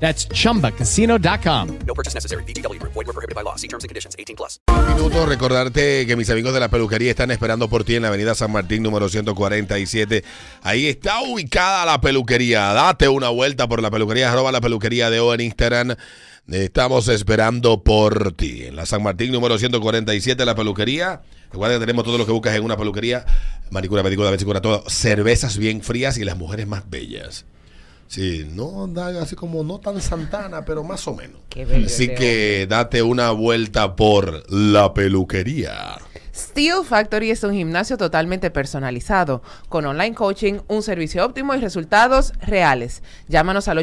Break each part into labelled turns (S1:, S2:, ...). S1: That's chumbacasino.com.
S2: No purchase necessary. VGW Group. Void were prohibited by law. See terms and conditions. 18 plus.
S3: minuto recordarte que mis amigos de la peluquería están esperando por ti en la avenida San Martín número 147. Ahí está ubicada la peluquería. Date una vuelta por la peluquería, arroba la peluquería de O en Instagram. Estamos esperando por ti. En la San Martín número 147, la peluquería. Recuerda que tenemos todo lo que buscas en una peluquería. Manicura, pedicura, vesícula, todo. Cervezas bien frías y las mujeres más bellas. Sí, no da- así como no tan Santana, pero más o menos.
S4: Qué bello
S3: Así
S4: ese
S3: que date una vuelta por la peluquería.
S4: Steel Factory es un gimnasio totalmente personalizado, con online coaching, un servicio óptimo y resultados reales. Llámanos al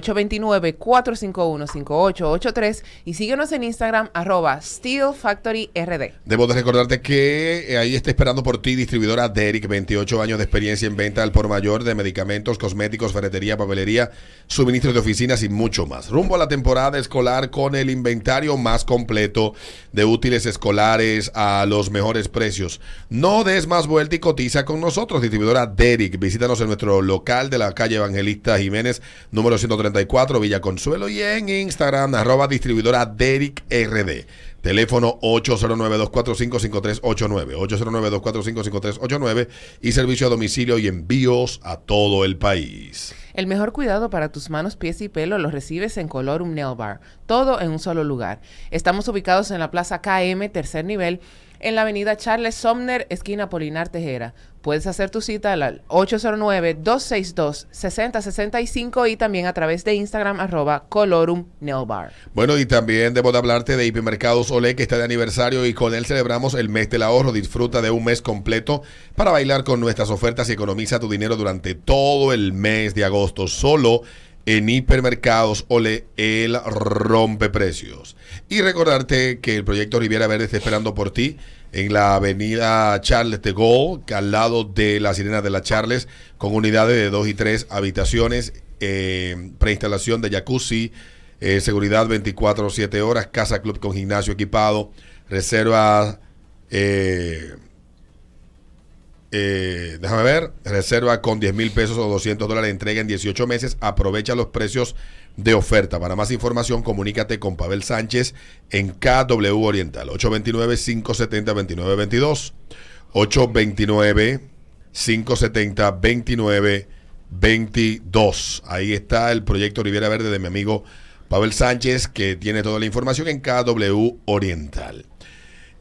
S4: 829-451-5883 y síguenos en Instagram arroba Steel Factory RD.
S3: Debo de recordarte que eh, ahí está esperando por ti distribuidora Derek, 28 años de experiencia en venta al por mayor de medicamentos, cosméticos, ferretería, papelería, suministros de oficinas y mucho más. Rumbo a la temporada escolar con el inventario más completo de útiles escolares a los mejores precios. No des más vuelta y cotiza con nosotros, distribuidora Derek. Visítanos en nuestro local de la calle Evangelista Jiménez, número 134, Villa Consuelo y en Instagram, arroba distribuidora Derek RD. Teléfono 809-245-5389. 809-245-5389. Y servicio a domicilio y envíos a todo el país.
S4: El mejor cuidado para tus manos, pies y pelo lo recibes en Colorum Nail Bar, todo en un solo lugar. Estamos ubicados en la Plaza KM, tercer nivel, en la avenida Charles Somner, esquina Polinar Tejera. Puedes hacer tu cita al 809-262-6065 y también a través de Instagram arroba Colorum Nail Bar.
S3: Bueno, y también debo de hablarte de Hipermercados Olé, que está de aniversario y con él celebramos el mes del ahorro. Disfruta de un mes completo para bailar con nuestras ofertas y economiza tu dinero durante todo el mes de agosto. Solo en Hipermercados Olé, el rompe precios. Y recordarte que el proyecto Riviera Verde está esperando por ti en la avenida Charles de Gaulle, que al lado de la Sirena de la Charles, con unidades de 2 y 3 habitaciones, eh, preinstalación de jacuzzi. Eh, seguridad 24-7 horas, casa club con gimnasio equipado, reserva, eh, eh, déjame ver, reserva con 10 mil pesos o 200 dólares, entrega en 18 meses, aprovecha los precios de oferta. Para más información, comunícate con Pavel Sánchez en KW Oriental, 829-570-2922, 829 570 29 22. Ahí está el proyecto Riviera Verde de mi amigo Pavel Sánchez, que tiene toda la información en KW Oriental.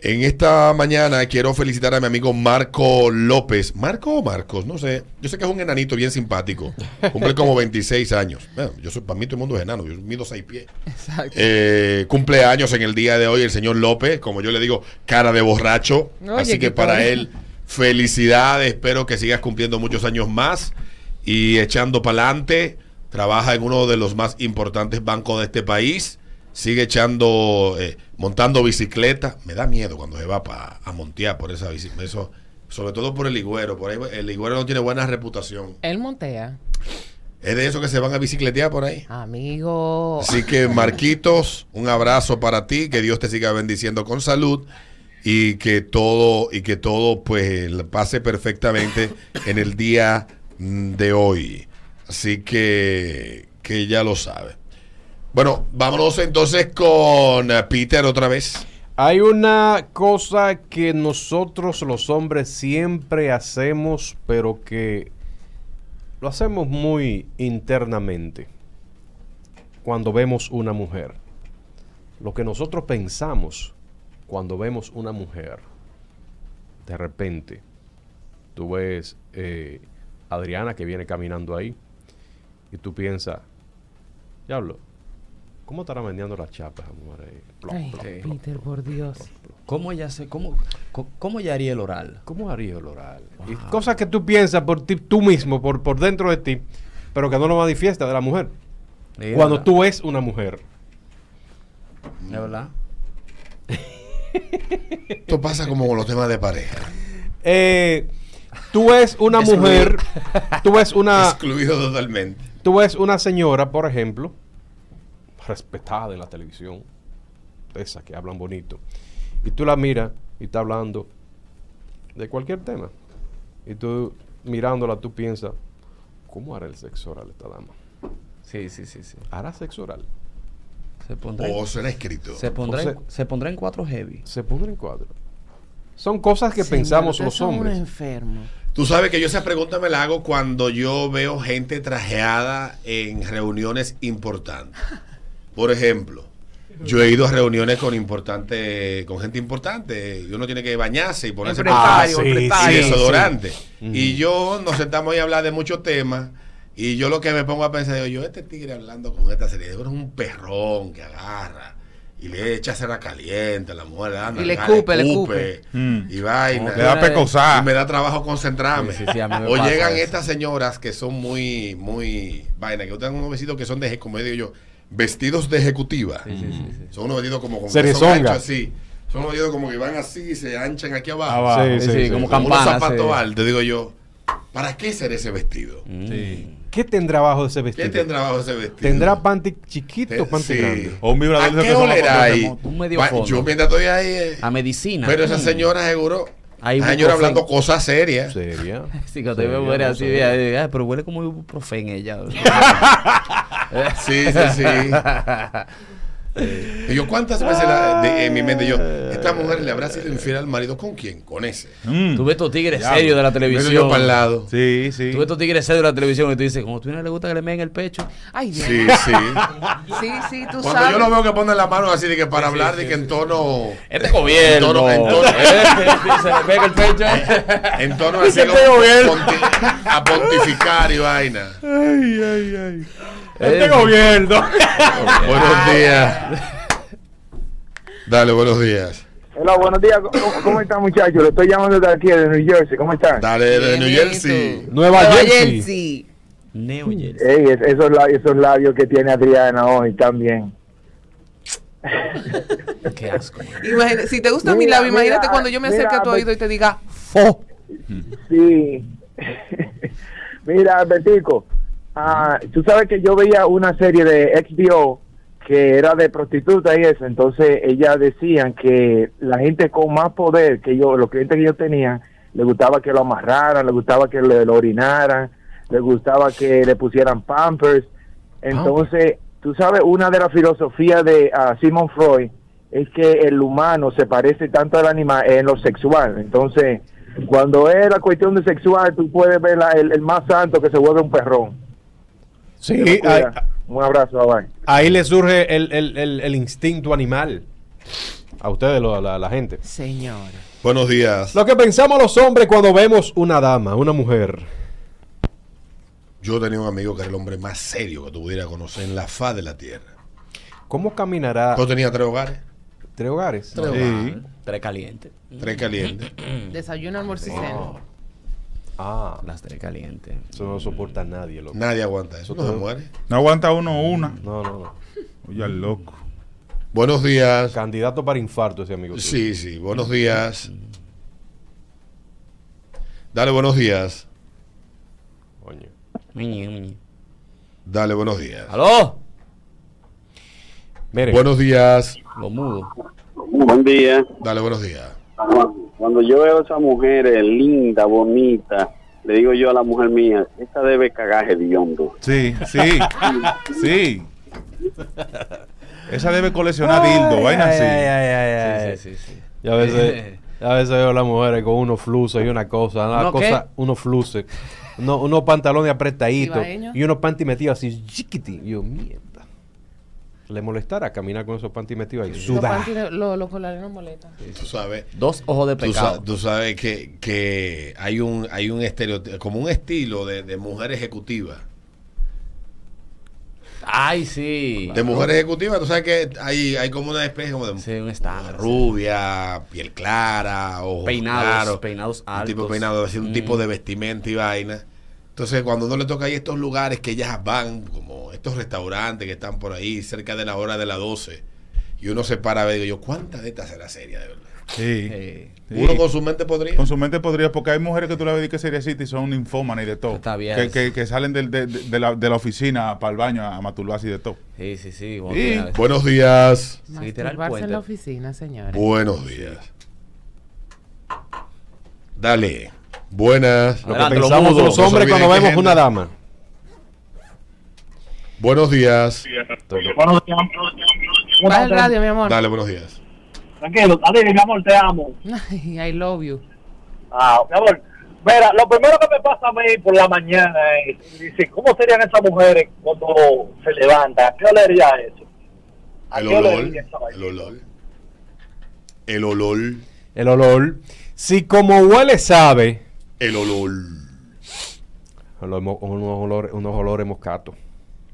S3: En esta mañana quiero felicitar a mi amigo Marco López. Marco o Marcos, no sé. Yo sé que es un enanito bien simpático. Cumple como 26 años. Bueno, yo soy, para mí todo el mundo es enano. Yo mido 6 pies.
S4: Exacto.
S3: Eh, cumpleaños en el día de hoy el señor López, como yo le digo, cara de borracho.
S4: Oye,
S3: Así que
S4: qué
S3: para
S4: padre.
S3: él, felicidades, espero que sigas cumpliendo muchos años más y echando para adelante. Trabaja en uno de los más importantes bancos de este país. Sigue echando, eh, montando bicicleta. Me da miedo cuando se va pa- a montear por esa bicicleta. Eso, sobre todo por el higüero. Por ahí, el higüero no tiene buena reputación.
S4: Él montea.
S3: Es de esos que se van a bicicletear por ahí.
S4: Amigo.
S3: Así que Marquitos, un abrazo para ti, que Dios te siga bendiciendo con salud y que todo y que todo pues la pase perfectamente en el día mm, de hoy. Así que que ya lo sabe. Bueno, vámonos entonces con eh, Peter otra vez.
S5: Hay una cosa que nosotros los hombres siempre hacemos, pero que lo hacemos muy internamente. Cuando vemos una mujer. Lo que nosotros pensamos cuando vemos una mujer. de repente, tú ves eh, Adriana que viene caminando ahí y tú piensas, diablo, ¿cómo estará vendiendo las chapas, amor? ahí?" Plop,
S4: Ay,
S5: plop, plop,
S4: Peter, por Dios.
S6: ¿Cómo ella se, cómo, co- cómo ella haría el oral?
S5: ¿Cómo haría el oral? Y cosas que tú piensas por ti, tú mismo, por, por dentro de ti, pero que no lo manifiesta de la mujer.
S6: Mira,
S5: Cuando tú ves una mujer.
S6: ¿Es verdad?
S3: Esto pasa como con los temas de pareja.
S5: Eh, tú ves una
S6: Excluido.
S5: mujer, tú ves una,
S3: Excluido totalmente.
S5: tú ves una señora, por ejemplo, respetada en la televisión, de esas que hablan bonito, y tú la miras y está hablando de cualquier tema, y tú mirándola, tú piensas, ¿cómo hará el sexo oral esta dama?
S6: Sí, sí, sí, sí.
S5: ¿Hará sexo oral?
S6: Se pondrá, en-
S3: O será escrito.
S6: se pondrá, en-
S5: o
S6: se pondrá en cuatro heavy.
S5: Se pondrá en cuadro. Son cosas que
S4: Señor,
S5: pensamos
S4: ustedes
S5: los
S4: son unos
S5: hombres.
S4: enfermos.
S3: Tú sabes que yo esa pregunta me la hago cuando yo veo gente trajeada en reuniones importantes. Por ejemplo, yo he ido a reuniones con importante, con gente importante. Y uno tiene que bañarse y ponerse
S5: Empresario,
S3: perfume
S5: empresario.
S3: y
S5: sí.
S3: desodorante. Y yo nos sentamos ahí a hablar de muchos temas. Y yo lo que me pongo a pensar, digo, yo este tigre hablando con esta serie, es un perrón que agarra y le echa cera caliente a la mujer. anda,
S4: Y le
S3: acá,
S4: escupe, le escupe.
S3: Y vaina.
S6: Le da
S3: Y
S7: pecosá.
S3: me da trabajo concentrarme.
S6: Sí, sí, sí, a mí me
S3: o
S6: pasa
S3: llegan
S6: eso.
S3: estas señoras que son muy, muy vaina, que usan unos vestidos que son de, eje- como digo yo, vestidos de ejecutiva.
S6: Sí, sí, sí, sí.
S3: Son unos vestidos como con
S5: Cerezonga.
S3: son anchos así. Son unos vestidos como que van así y se anchan aquí abajo.
S7: Abajo.
S5: Sí, sí,
S6: Sí,
S5: sí.
S6: como
S3: Como unos
S6: campana.
S3: zapatos
S6: sí.
S3: altos, digo yo. ¿Para qué será ese vestido?
S6: Mm.
S5: ¿Qué tendrá bajo ese
S3: ¿Qué
S5: vestido?
S3: tendrá bajo ese vestido?
S5: ¿Tendrá panty chiquito
S3: Te-
S5: o panty
S3: sí.
S5: grande?
S7: O un vibrador
S3: ¿A
S7: de
S3: qué
S7: toma
S3: olerá
S7: control
S3: ahí?
S7: remoto.
S6: Un medio
S3: Va-
S6: fondo.
S3: Yo mientras estoy ahí... eh,
S6: A medicina.
S3: pero esa
S6: Mm.
S3: señora seguro...
S6: Ahí
S3: Esa
S6: busco
S3: señora
S6: fake.
S3: hablando cosas serias.
S5: Sería.
S6: Sí, que te
S5: Sería,
S6: veo huele
S5: no
S6: así,
S5: sería.
S6: ay, ay, pero huele como ibuprofen ella.
S3: Sí, sí, sí. Y yo, ¿cuántas veces la- de- en mi mente yo, esta mujer le habrá sido infiel al marido? ¿Con quién? Con ese.
S7: Mm.
S6: Tú ves estos tigres serios de la
S3: Miro yo
S6: televisión.
S3: para el lado. Sí,
S7: Sí, sí.
S6: Tú ves estos tigres serios de la televisión y tú dices, como a tú no le gusta que le meen el pecho.
S4: Ay, Dios.
S3: sí.
S4: Sí, sí, tú
S3: Cuando
S4: sabes.
S3: yo lo veo que pone la mano así de que para hablar de que en tono...
S6: Este gobierno.
S3: En tono- en tono-
S6: Este, se le pega el pecho.
S3: En torno así como ponti- a pontificar y vaina.
S6: Este
S5: gobierno!
S3: Buenos días. Dale, buenos días.
S8: Hola, buenos días. ¿Cómo, cómo están, muchachos? Le estoy llamando desde aquí, de New Jersey. ¿Cómo están?
S3: Dale, de New
S4: Bienito.
S3: Jersey.
S5: Nueva
S4: Nueva
S5: Jersey.
S4: Jersey.
S6: Neo Jersey.
S8: Ey, es- esos, labios, esos labios que tiene Adriana hoy también.
S6: Qué asco. man.
S4: Imagina- si te gusta mi
S8: Mira,
S4: labio, imagínate
S8: mira,
S4: cuando yo me acerque
S8: mira,
S4: a tu
S8: ve-
S4: oído y te diga,
S8: Sí. Mira, Betico, ah, tú sabes que yo veía una serie de HBO que era de prostitutas y eso, entonces ellas decían que la gente con más poder que yo, los clientes que yo tenía, le gustaba que lo amarraran, le gustaba que le, lo orinaran, le gustaba que le pusieran pampers. Entonces, tú sabes, una de las filosofías de ah, Sigmund Freud es que el humano se parece tanto al animal en lo sexual. Entonces, cuando es la cuestión de sexual, tú puedes ver la- el, el más santo que se vuelve un perrón.
S5: Sí,
S8: Te lo
S5: ahí,
S8: cuida. Un abrazo, bye.
S5: ahí le surge el, el- el- el instinto animal. A ustedes, lo- la, la gente.
S4: señor.
S3: Buenos días.
S5: Lo que pensamos los hombres cuando vemos una dama, una mujer.
S3: Yo tenía un amigo que era el hombre más serio que tú pudieras conocer en la faz de la tierra.
S5: ¿Cómo caminará?
S3: Yo tenía tres hogares,
S5: ¿Tres hogares?
S3: Tres.
S6: Ah, Tres calientes.
S3: tres calientes.
S7: Mm.
S4: Desayuno, almuerzo y
S7: Oh,
S4: cena.
S5: Ah,
S6: Las tres calientes.
S5: eso no lo soporta nadie, loco.
S3: Nadie aguanta eso. No se muere.
S7: No aguanta uno una.
S5: No, no, no.
S7: Oye, al loco.
S3: Buenos días.
S5: Candidato para infarto ese amigo. tuyo.
S3: Sí, sí, buenos días. Dale buenos días.
S5: Coño.
S6: Miñi, miñi.
S3: Dale buenos días.
S6: ¡Aló!
S5: Mire,
S3: Buenos días.
S6: Lo mudo.
S9: Buen día.
S3: Dale buenos días.
S9: Cuando yo veo a esa mujer eh, linda, bonita, le digo yo a la mujer mía, esta debe cagar hediondo.
S7: Sí, sí. sí. Esa debe coleccionar dildo, vaina así.
S6: Sí, sí, sí, sí.
S5: ya a veces, ya a veces veo a las mujeres con unos fluces y una cosa, una
S6: ¿Uno
S5: cosa, unos fluces, uno- unos pantalones apretaditos
S4: Ibaeño.
S5: y unos panty metidos así, chiquiti. Yo, mierda. le molestara caminar con esos panties metidos ahí.
S4: Los
S5: Sudar.
S4: panties, Los los colares no molestan.
S3: Tú sabes.
S6: Dos ojos de
S3: Tú,
S6: pecado.
S3: sa- tú sabes que, que hay un hay un estereotipo, como un estilo de, de mujer ejecutiva.
S6: Ay, sí.
S3: De mujer ejecutiva, tú sabes que hay, hay como una especie como de
S6: Sí, un estándar.
S3: rubia, piel clara, ojos
S6: Peinados,
S3: claros,
S6: peinados
S3: Un tipo de
S6: altos.
S3: peinado, así, un
S6: Mm.
S3: tipo de vestimenta y vaina. Entonces, cuando uno le toca ahí estos lugares que ellas van, como estos restaurantes que están por ahí cerca de la hora de las 12, y uno se para a ver, digo yo, ¿cuántas de estas será seria de verdad?
S7: Sí.
S6: Sí.
S7: Sí.
S3: Uno con su mente podría.
S7: Con su mente podría, porque hay mujeres que tú la ves y que sería y son ninfómanas y de todo.
S6: Está bien.
S7: Que, que, que salen del- de, de- de la, de la oficina para el baño a maturbarse y de todo.
S6: Sí, sí, sí. como
S7: Sí.
S6: que-
S3: Buenos días.
S6: Sí, literal,
S4: Masturbarse en
S6: puente.
S4: la oficina, señores.
S3: Buenos días. Dale. Buenas.
S5: Lo que
S6: Adelante, lo
S5: pensamos
S6: mudo.
S3: No
S5: los
S3: se
S5: hombres
S3: olviden
S5: cuando
S3: que
S5: vemos
S3: gente-
S5: una dama.
S3: Buenos días.
S10: Buenos días.
S4: Baja el radio, mi amor.
S3: Dale, buenos días.
S10: Tranquilo, dale, mi amor, te amo.
S4: Ay, I love you.
S10: Ah, mi amor, mira, lo primero que me pasa a mí por la mañana es, dice, ¿cómo serían esas mujeres cuando se levantan? ¿A qué olería eso? ¿A
S3: El
S10: qué
S3: olor.
S10: olería esa vaina?
S3: El olor. El olor.
S5: El olor. Si como huele, sabe.
S3: El olor.
S5: Olor mo- unos, olores, unos olores moscatos.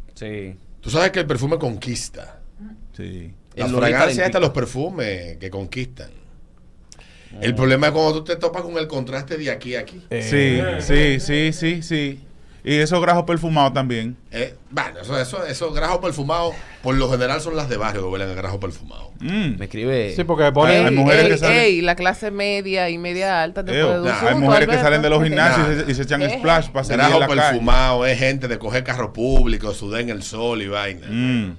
S3: pues,
S6: Sí.
S3: Tú sabes que el perfume conquista.
S7: Sí.
S3: La
S6: El olor
S3: fragancia
S6: calentito.
S3: hasta los perfumes que conquistan. El
S5: Ah.
S3: problema es cuando tú te topas con el contraste de aquí a aquí.
S7: Sí, sí, sí, sí, sí. Y esos grajos perfumados también.
S3: Eh, bueno, eso, eso, esos grajos perfumados, por lo general son las de barrio que huelen a grajo perfumado.
S7: Mm.
S6: Me escribe.
S5: Sí, porque pone.
S7: Hay- hay
S4: Ey,
S7: mujeres
S4: ey,
S7: que salen-
S4: ey, la clase media y media alta te
S7: Eo,
S4: puede
S3: nah,
S7: Hay
S3: Junto,
S7: mujeres que salen de los gimnasios y se- y se echan
S4: Eh.
S7: splash para salir en
S3: Grajo
S7: la calle.
S3: perfumado es gente de coger carro público, sudar en el sol y vaina.
S7: Mm.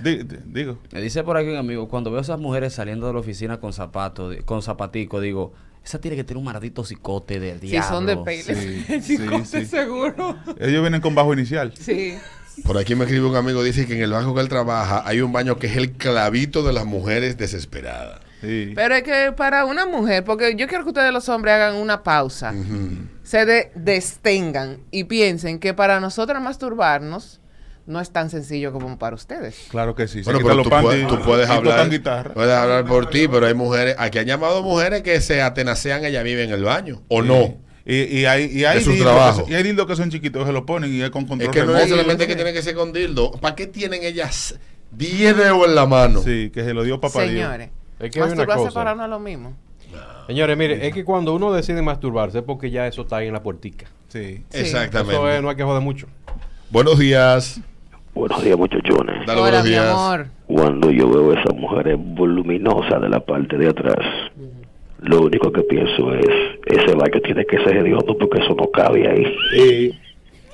S7: Di- di- digo.
S6: Me dice por aquí un amigo, cuando veo esas mujeres saliendo de la oficina con zapatos, di- con zapatico, digo, esa tiene que tener un maldito psicote del
S4: Si
S6: diablo.
S4: son de peine.
S7: Sí,
S4: Sí,
S7: sí,
S4: con-
S7: sí.
S4: seguro.
S7: Ellos vienen con bajo inicial.
S4: Sí.
S3: Por aquí me escribe un amigo, dice que en el banco que él trabaja hay un baño que es el clavito de las mujeres desesperadas.
S7: Sí.
S4: Pero es que para una mujer, porque yo quiero que ustedes los hombres hagan una pausa, se de- destengan y piensen que para nosotras masturbarnos no es tan sencillo como para ustedes.
S7: Claro que sí. se
S3: Bueno,
S7: quitan
S3: pero
S7: los
S3: tú,
S7: panties
S3: puedes, tú
S7: y-
S3: puedes
S7: y
S3: hablar.
S7: tocan guitarra.
S3: Puedes hablar por ti, pero hay mujeres, aquí han llamado mujeres que se atenacean ellas viven en el baño. O no.
S7: Y, y hay, y hay
S3: Es un
S7: dildos
S3: trabajo.
S7: que- y hay dildos que son chiquitos que se lo ponen y es con control
S3: Es que no
S7: remoto.
S3: necesariamente que tiene que ser con dildo. ¿Para qué tienen ellas 10 dedos en la mano?
S7: Sí, que se lo dio papá
S4: Señores,
S5: Oh, Es que hay una
S4: masturbarse
S5: cosa.
S4: para uno es lo mismo.
S5: Señores, mire, es que cuando uno decide masturbarse es porque ya eso está ahí en la puertica.
S7: Dios. Sí.
S3: Exactamente.
S5: Eso es, no hay que joder mucho.
S3: Buenos días.
S9: Buenos días, muchachones.
S3: Dale,
S4: Hola,
S3: buenos
S4: mi
S3: días.
S4: amor.
S9: Cuando yo veo esas mujeres voluminosas de la parte de atrás, lo único que pienso es, ese baño tiene que ser hediondo porque eso no cabe ahí.
S7: Y-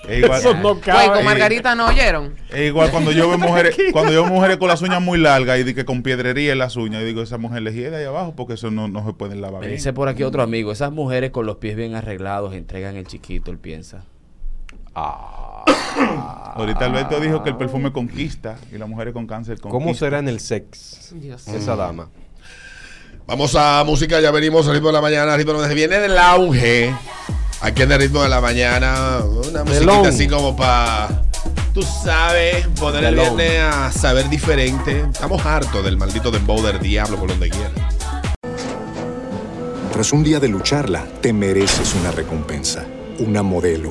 S7: es igual,
S4: Güey, con Margarita no oyeron.
S7: es igual cuando yo veo mujeres, cuando yo veo mujeres con las uñas muy largas y de que con piedrería en las uñas, yo digo esa mujer le gira ahí abajo porque eso no, no se puede lavar.
S6: Me
S7: bien.
S6: dice por aquí otro amigo, esas mujeres con los pies bien arreglados entregan el chiquito, él piensa.
S5: Ah,
S7: Ahorita Alberto dijo que el perfume conquista y las mujeres con cáncer conquista.
S5: ¿Cómo será en el sex
S4: Dios.
S5: esa dama?
S3: Vamos a música, ya venimos al ritmo de la mañana, al ritmo donde viene del auge. Aquí en el ritmo de la mañana, una musiquita
S5: Long.
S3: así como para, tú sabes, poner el
S5: De Long.
S3: viernes a saber diferente. Estamos hartos del maldito dembow del diablo por donde quiera.
S11: Tras un día de lucharla, te mereces una recompensa, una modelo,